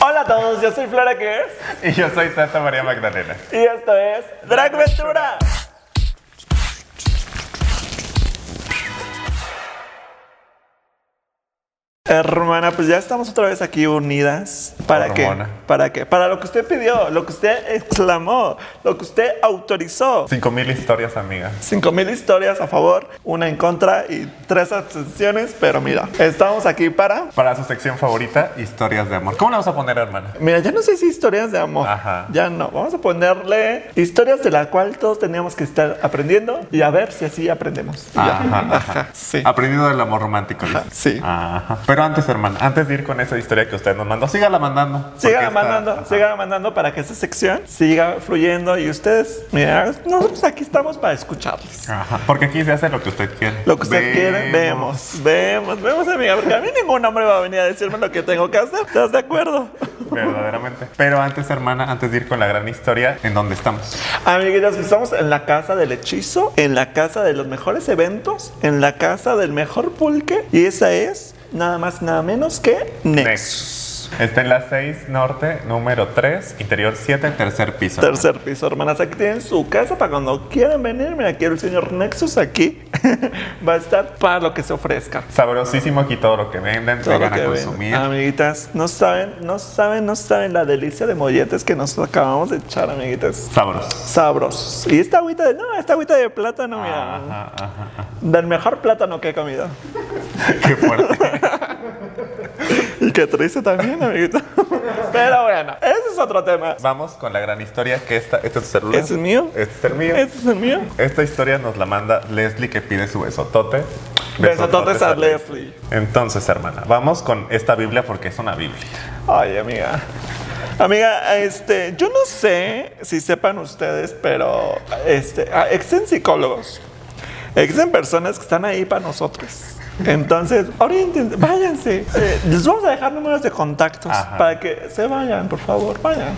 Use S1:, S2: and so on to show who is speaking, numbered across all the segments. S1: Hola a todos, yo soy Flora Kers
S2: Y yo soy Santa María Magdalena.
S1: y esto es Dragventura. Hermana, pues ya estamos otra vez aquí unidas. ¿Para qué?
S2: Hormona.
S1: ¿Para qué? Para lo que usted pidió, lo que usted exclamó, lo que usted autorizó.
S2: 5000 historias, amigas.
S1: 5000 historias a favor, una en contra y tres abstenciones, pero mira, estamos aquí para.
S2: Para su sección favorita, historias de amor. ¿Cómo le vamos a poner, hermana?
S1: Mira, ya no sé si historias de amor.
S2: Ajá.
S1: Ya no. Vamos a ponerle historias de la cual todos teníamos que estar aprendiendo y a ver si así aprendemos. Y ya.
S2: Ajá, ajá.
S1: Sí.
S2: Aprendido del amor romántico. dice.
S1: Ajá, sí.
S2: Ajá. Pero antes, hermana, antes de ir con esa historia que usted nos mandó, sígala mandando. porque
S1: Sigan
S2: está-
S1: mandando,
S2: ajá.
S1: sigan mandando para que esta sección siga fluyendo y ustedes, mira, nosotros aquí estamos para escucharles.
S2: Ajá. Porque aquí se hace lo que usted quiere.
S1: Lo que usted quiere, vemos, vemos, vemos, amiga, porque a mí ningún hombre va a venir a decirme lo que tengo que hacer. ¿Estás de acuerdo?
S2: Verdaderamente. Pero antes, hermana, antes de ir con la gran historia, ¿en dónde estamos?
S1: Amiguitas, estamos en la casa del hechizo, en la casa de los mejores eventos, en la casa del mejor pulque. Y esa es nada más, nada menos que Nexus.
S2: Está en la 6 norte, número 3, interior 7, tercer piso.
S1: Tercer piso, hermanas. Aquí tienen su casa para cuando quieran venir. Mira, aquí el señor Nexus aquí va a estar para lo que se ofrezca.
S2: Sabrosísimo aquí todo lo que venden,
S1: Todo
S2: te
S1: lo
S2: van
S1: que Ah,
S2: a
S1: ven.
S2: consumir.
S1: Amiguitas, no saben, no saben, no saben la delicia de molletes que nos acabamos de echar, amiguitas.
S2: Sabros.
S1: Sabrosos. Y esta agüita de, no, esta agüita de plátano, mira.
S2: Ajá, ajá.
S1: Del mejor plátano que he comido.
S2: Qué fuerte.
S1: Y que triste también, amiguito. Pero bueno, ese es otro tema.
S2: Vamos con la gran historia que esta, este es tu celular.
S1: ¿Ese es mío?
S2: Este es el mío.
S1: Ese es el mío.
S2: Esta historia nos la manda Leslie que pide su besotote.
S1: Besototes a Leslie.
S2: Entonces, hermana, vamos con esta Biblia porque es una Biblia.
S1: Ay, amiga. Amiga, este, yo no sé si sepan ustedes, pero este, ah, existen psicólogos. Existen personas que están ahí para nosotros. Entonces, orienten, váyanse. Eh, les vamos a dejar números de contactos
S2: Ajá.
S1: para que se vayan, por favor, vayan.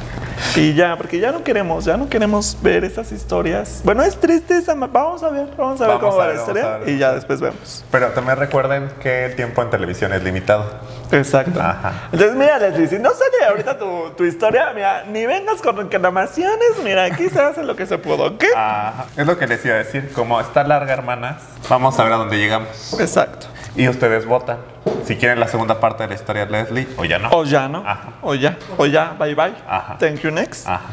S1: Y ya, porque ya no queremos, ya no queremos ver esas historias. Bueno, es triste esa, ma- vamos a ver, vamos a ver
S2: Vamos
S1: cómo va
S2: a
S1: la
S2: ver, vamos
S1: historia
S2: a ver.
S1: y ya después vemos.
S2: Pero también recuerden que el tiempo en televisión es limitado.
S1: Exacto.
S2: Ajá.
S1: Entonces, mira, Leslie, si no sale ahorita tu, tu historia, mira, ni vengas con reclamaciones, mira, aquí se hace lo que se pudo, ¿ok?
S2: Ajá. Es lo que les iba a decir. Como está larga, hermanas, vamos a ver a dónde llegamos.
S1: Exacto.
S2: Y ustedes votan si quieren la segunda parte de la historia de Leslie o ya no.
S1: O ya, ¿no?
S2: Ajá.
S1: O ya, o ya, bye bye.
S2: Ajá.
S1: Thank you, next.
S2: Ajá.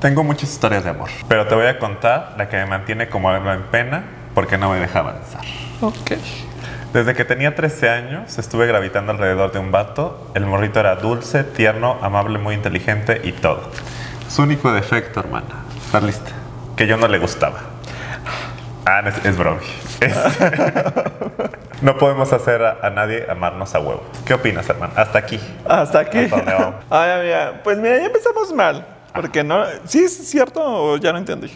S2: Tengo muchas historias de amor, pero te voy a contar la que me mantiene como algo en pena porque no me deja avanzar.
S1: Ok.
S2: Desde que tenía 13 años estuve gravitando alrededor de un vato. El morrito era dulce, tierno, amable, muy inteligente y todo. Su único defecto, hermana. ¿Estás lista? Que yo no le gustaba. Ah, no, es, es broma. Es- no podemos hacer a, a nadie amarnos a huevo. ¿Qué opinas, hermana? Hasta aquí.
S1: Hasta aquí.
S2: Hasta dónde vamos.
S1: Ay, amiga, pues mira, ya empezamos mal. Porque no, ¿sí es cierto o ya no entendí?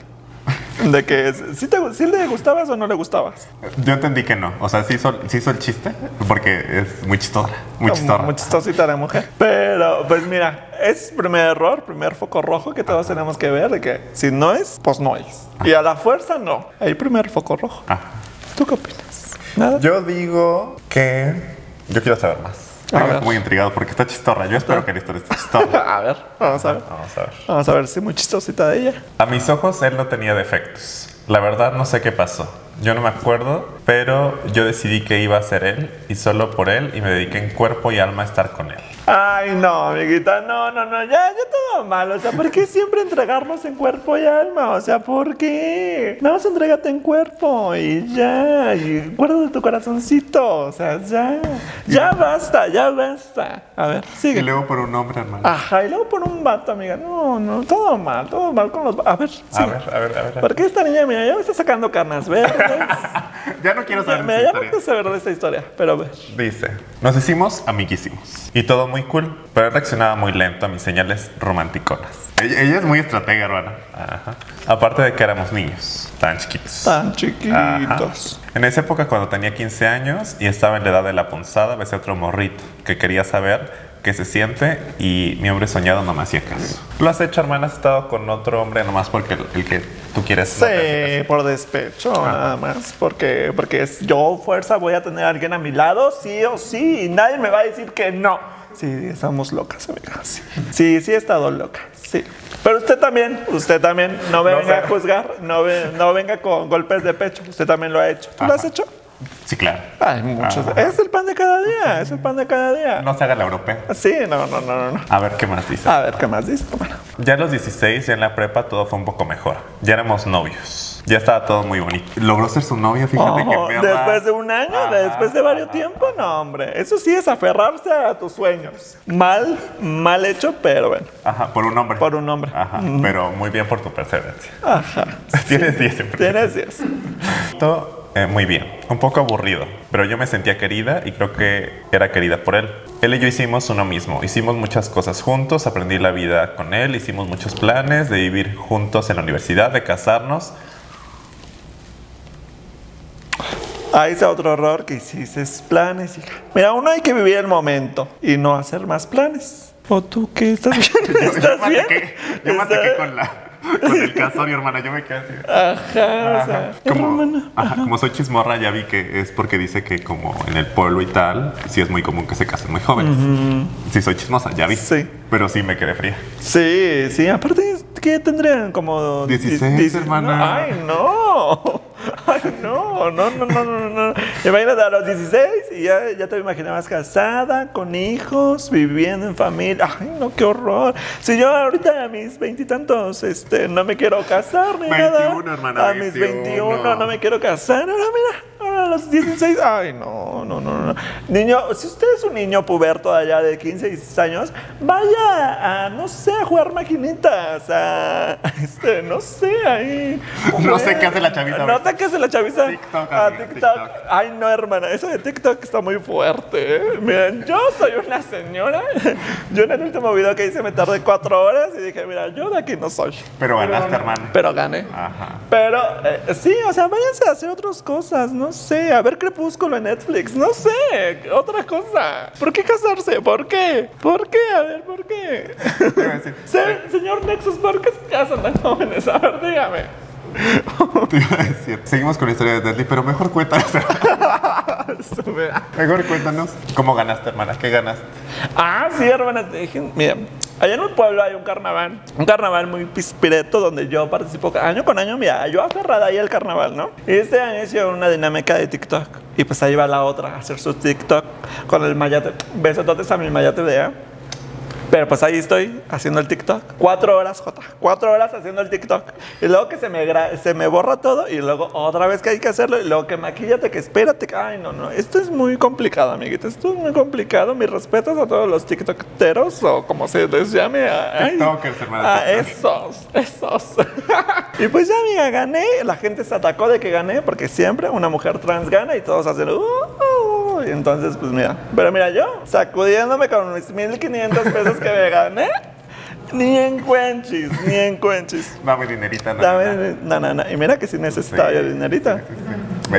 S1: De que, es- ¿sí, te, ¿sí le gustabas o no le gustabas?
S2: Yo entendí que no. O sea, sí hizo, sí hizo el chiste porque es muy chistora. Muy chistora.
S1: Muy chistosita la mujer. Pero, pues mira, es primer error, primer foco rojo que todos tenemos que ver de que si no es, pues no es. Y a la fuerza no. Hay primer foco rojo.
S2: Ah.
S1: ¿Tú qué opinas? Nada.
S2: Yo digo que. Yo quiero saber más.
S1: A
S2: Estoy
S1: ver.
S2: muy intrigado porque está chistorra. Yo espero que la historia esté chistorra.
S1: A ver, vamos a ver.
S2: Vamos a ver.
S1: Vamos a ver si muy chistosita de ella.
S2: A mis ojos él no tenía defectos. La verdad no sé qué pasó. Yo no me acuerdo, pero yo decidí que iba a ser él y solo por él y me dediqué en cuerpo y alma a estar con él.
S1: Ay, no, amiguita, no, no, no, ya, ya todo mal. O sea, ¿por qué siempre entregarnos en cuerpo y alma? O sea, ¿por qué? Nada más entrégate en cuerpo y ya, y guarda tu corazoncito. O sea, ya, ya basta, ya basta. A ver,
S2: Y
S1: sigue.
S2: luego por un hombre, hermano.
S1: Ajá, y luego por un vato, amiga. No, no, todo mal, todo mal con los. va- A ver,
S2: a
S1: sigue.
S2: ver, a ver, a ver. a ver.
S1: ¿Por qué esta niña, mira, ya me está sacando carnas verdes?
S2: Ya no quiero saber.
S1: me
S2: esa
S1: llama
S2: historia.
S1: que saber de esta historia, pero a ver.
S2: Dice, nos hicimos amiguísimos y todo muy cool, pero él reaccionaba muy lento a mis señales romanticonas. Ella, ella es muy estratega, hermana. Ajá. Aparte de que éramos niños, tan chiquitos.
S1: Tan
S2: Ajá.
S1: chiquitos.
S2: En esa época, cuando tenía 15 años y estaba en la edad de la punzada, besé a otro morrito que quería saber qué se siente y mi hombre soñado no me hacía caso. ¿Lo has hecho, hermana? ¿Has estado con otro hombre nomás porque el, el que tú quieres. no te hace caso.
S1: Sí, por despecho, nada más. Porque, porque es- yo, fuerza, voy a tener a alguien a mi lado, sí o sí, y nadie me va a decir que no. Sí, estamos locas, amigas. Sí, sí, sí he estado loca, sí. Pero usted también, usted también, no me
S2: No
S1: venga
S2: sé.
S1: a juzgar, no, ve- no venga con golpes de pecho, usted también lo ha hecho. ¿Tú lo has
S2: Ajá.
S1: hecho?
S2: Sí, claro.
S1: Ay, muchos.
S2: Ajá.
S1: Es el pan de cada día, es el pan de cada día.
S2: No se haga la europea.
S1: Sí, no, no, no, no, no.
S2: A ver qué más dice.
S1: A ver, ¿qué más dice, hermano?
S2: Ya a los 16, ya en la prepa, todo fue un poco mejor. Ya éramos novios. Ya estaba todo muy bonito. Logró ser su novia, fíjate
S1: Ojo,
S2: que me
S1: Oh, después de un año, después de varios tiempo, no, hombre. Eso sí es aferrarse a tus sueños. Mal, mal hecho, pero bueno.
S2: Ajá, por un hombre.
S1: Por un hombre. Mm.
S2: Ajá, pero muy bien por tu perseverancia.
S1: Ajá.
S2: Tienes 10 en primer
S1: Tienes 10.
S2: Todo, eh, muy bien, un poco aburrido, pero yo me sentía querida y creo que era querida por él. Él y yo hicimos uno mismo, hicimos muchas cosas juntos, aprendí la vida con él, hicimos muchos planes de vivir juntos en la universidad, de casarnos.
S1: Ahí está otro error que hiciste planes, hija. Mira, uno hay que vivir el momento y no hacer más planes. ¿O tú qué estás bien? ¿Estás bien?
S2: Ataqué, yo me
S1: ¿Estás-
S2: ataqué con, la, con el casorio, hermana, yo me quedé así.
S1: Ajá, o sea,
S2: Ajá,
S1: es romana.
S2: Como, ajá, como soy chismorra, ya vi que es porque dice que como en el pueblo y tal, sí es muy común que se casen muy jóvenes. Sí soy chismosa, ya vi.
S1: Sí.
S2: Pero sí me quedé fría.
S1: Sí, sí, aparte, ¿qué tendrían? Como
S2: 16,
S1: dieci-
S2: hermana.
S1: Ay, no. Ay, no, no, no, no, no, no. Imagínate a los 16 y ya, ya te imaginabas casada, con hijos, viviendo en familia. Ay, no, qué horror. Si yo ahorita a mis veintitantos, este, no me quiero casar ni nada.
S2: 21, hermana,
S1: A mis
S2: 21.
S1: 21 no me quiero casar. Ahora mira, ahora a los 16. Ay, no, no, no, no. Niño, si usted es un niño puberto allá de 15, 16 años, vaya a, no sé, a jugar maquinitas, a, este, no sé, ahí.
S2: No sé qué hace la chaviza
S1: No
S2: ahorita.
S1: sé qué hace la chaviza.
S2: TikTok,
S1: a
S2: amiga,
S1: TikTok.
S2: TikTok.
S1: Ay, no, hermana, eso de TikTok está muy fuerte. ¿eh? Miren, yo soy una señora. Yo en el último video que hice me tardé cuatro horas y dije, mira, yo de aquí no soy.
S2: Pero ganaste, hermana.
S1: Pero gané.
S2: Ajá.
S1: Pero eh, sí, o sea, váyanse a hacer otras cosas, no sé, a ver Crepúsculo en Netflix, no sé, otra cosa. ¿Por qué casarse? ¿Por qué? ¿Por qué? A ver, ¿por qué?
S2: Te iba a decir,
S1: Se- señor Nexus, ¿por qué se casan tan jóvenes? A ver, dígame.
S2: te iba a decir. Seguimos con la historia de Deadly, pero mejor cuéntanos. mejor cuéntanos. ¿Cómo ganaste, hermana? ¿Qué ganaste?
S1: Ah, sí, hermanas, dejen. Mira, allá en un pueblo hay un carnaval, un carnaval muy pispireto donde yo participo ca- año con año. Mira, yo aferrada ahí al carnaval, ¿no? Y este año hicieron una dinámica de TikTok. Y pues ahí va la otra a hacer su TikTok con el mayate. Besototes a mi mayate de ¿eh? Pero pues ahí estoy haciendo el TikTok. Cuatro horas, Jota. Cuatro horas haciendo el TikTok. Y luego que se me, gra- se me borra todo y luego otra vez que hay que hacerlo. Y luego que maquillate, que espérate. que- Ay, no, no. Esto es muy complicado, amiguita. Esto es muy complicado. Mis respetos a todos los TikTokeros o como se les llame. a- ay.
S2: TikTokers, hermana,
S1: A esos, esos. y pues ya, amiga, gané. La gente se atacó de que gané porque siempre una mujer trans gana y todos hacen... "Uh, uh, uh". Y entonces, pues mira, pero mira yo, sacudiéndome con mis 1500 pesos que me gané, ni en cuenchis, ni en cuenchis.
S2: Dame dinerita, no.
S1: Dame, na, na, na. Y mira que sí necesitaba yo dinerita.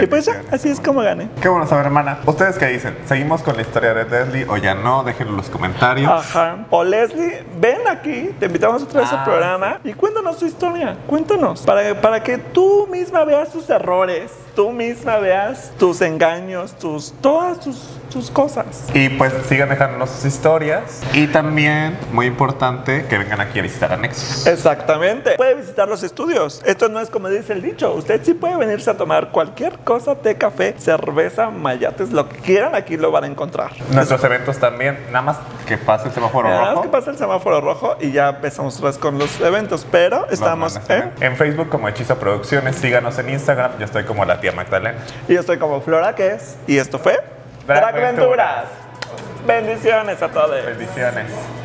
S1: Y pues ya, así es como gané.
S2: Qué bueno saber, hermana. ¿Ustedes qué dicen? ¿Seguimos con la historia de Deadly o ya no? Déjenlo en los comentarios.
S1: Ajá. O Leslie, ven aquí, te invitamos otra vez
S2: Ah,
S1: al programa y cuéntanos tu historia. Cuéntanos. Para, para que tú misma veas tus errores, tú misma veas tus engaños, tus, todas tus, tus cosas.
S2: Y pues sigan dejándonos sus historias. Y también, muy importante, que vengan aquí a visitar a Nexus.
S1: Eh, Exactamente. Puede visitar los estudios. Esto no es como dice el dicho. Usted sí puede venirse a tomar cualquier cosa, té, café, cerveza, mayates, lo que quieran, aquí lo van a encontrar.
S2: Nuestros eventos también, nada más que pase el semáforo
S1: Nada más
S2: rojo.
S1: que pasa el semáforo rojo y ya empezamos otra vez con los eventos, pero
S2: nos van a
S1: estamos ¿eh?
S2: estar
S1: en...
S2: En Facebook como Hechizo Producciones, síganos en Instagram, yo estoy como la tía Magdalena.
S1: Y yo estoy como Flora, que es, y esto fue
S2: Dragventuras.
S1: Dragventuras. Bendiciones a todos.
S2: Bendiciones.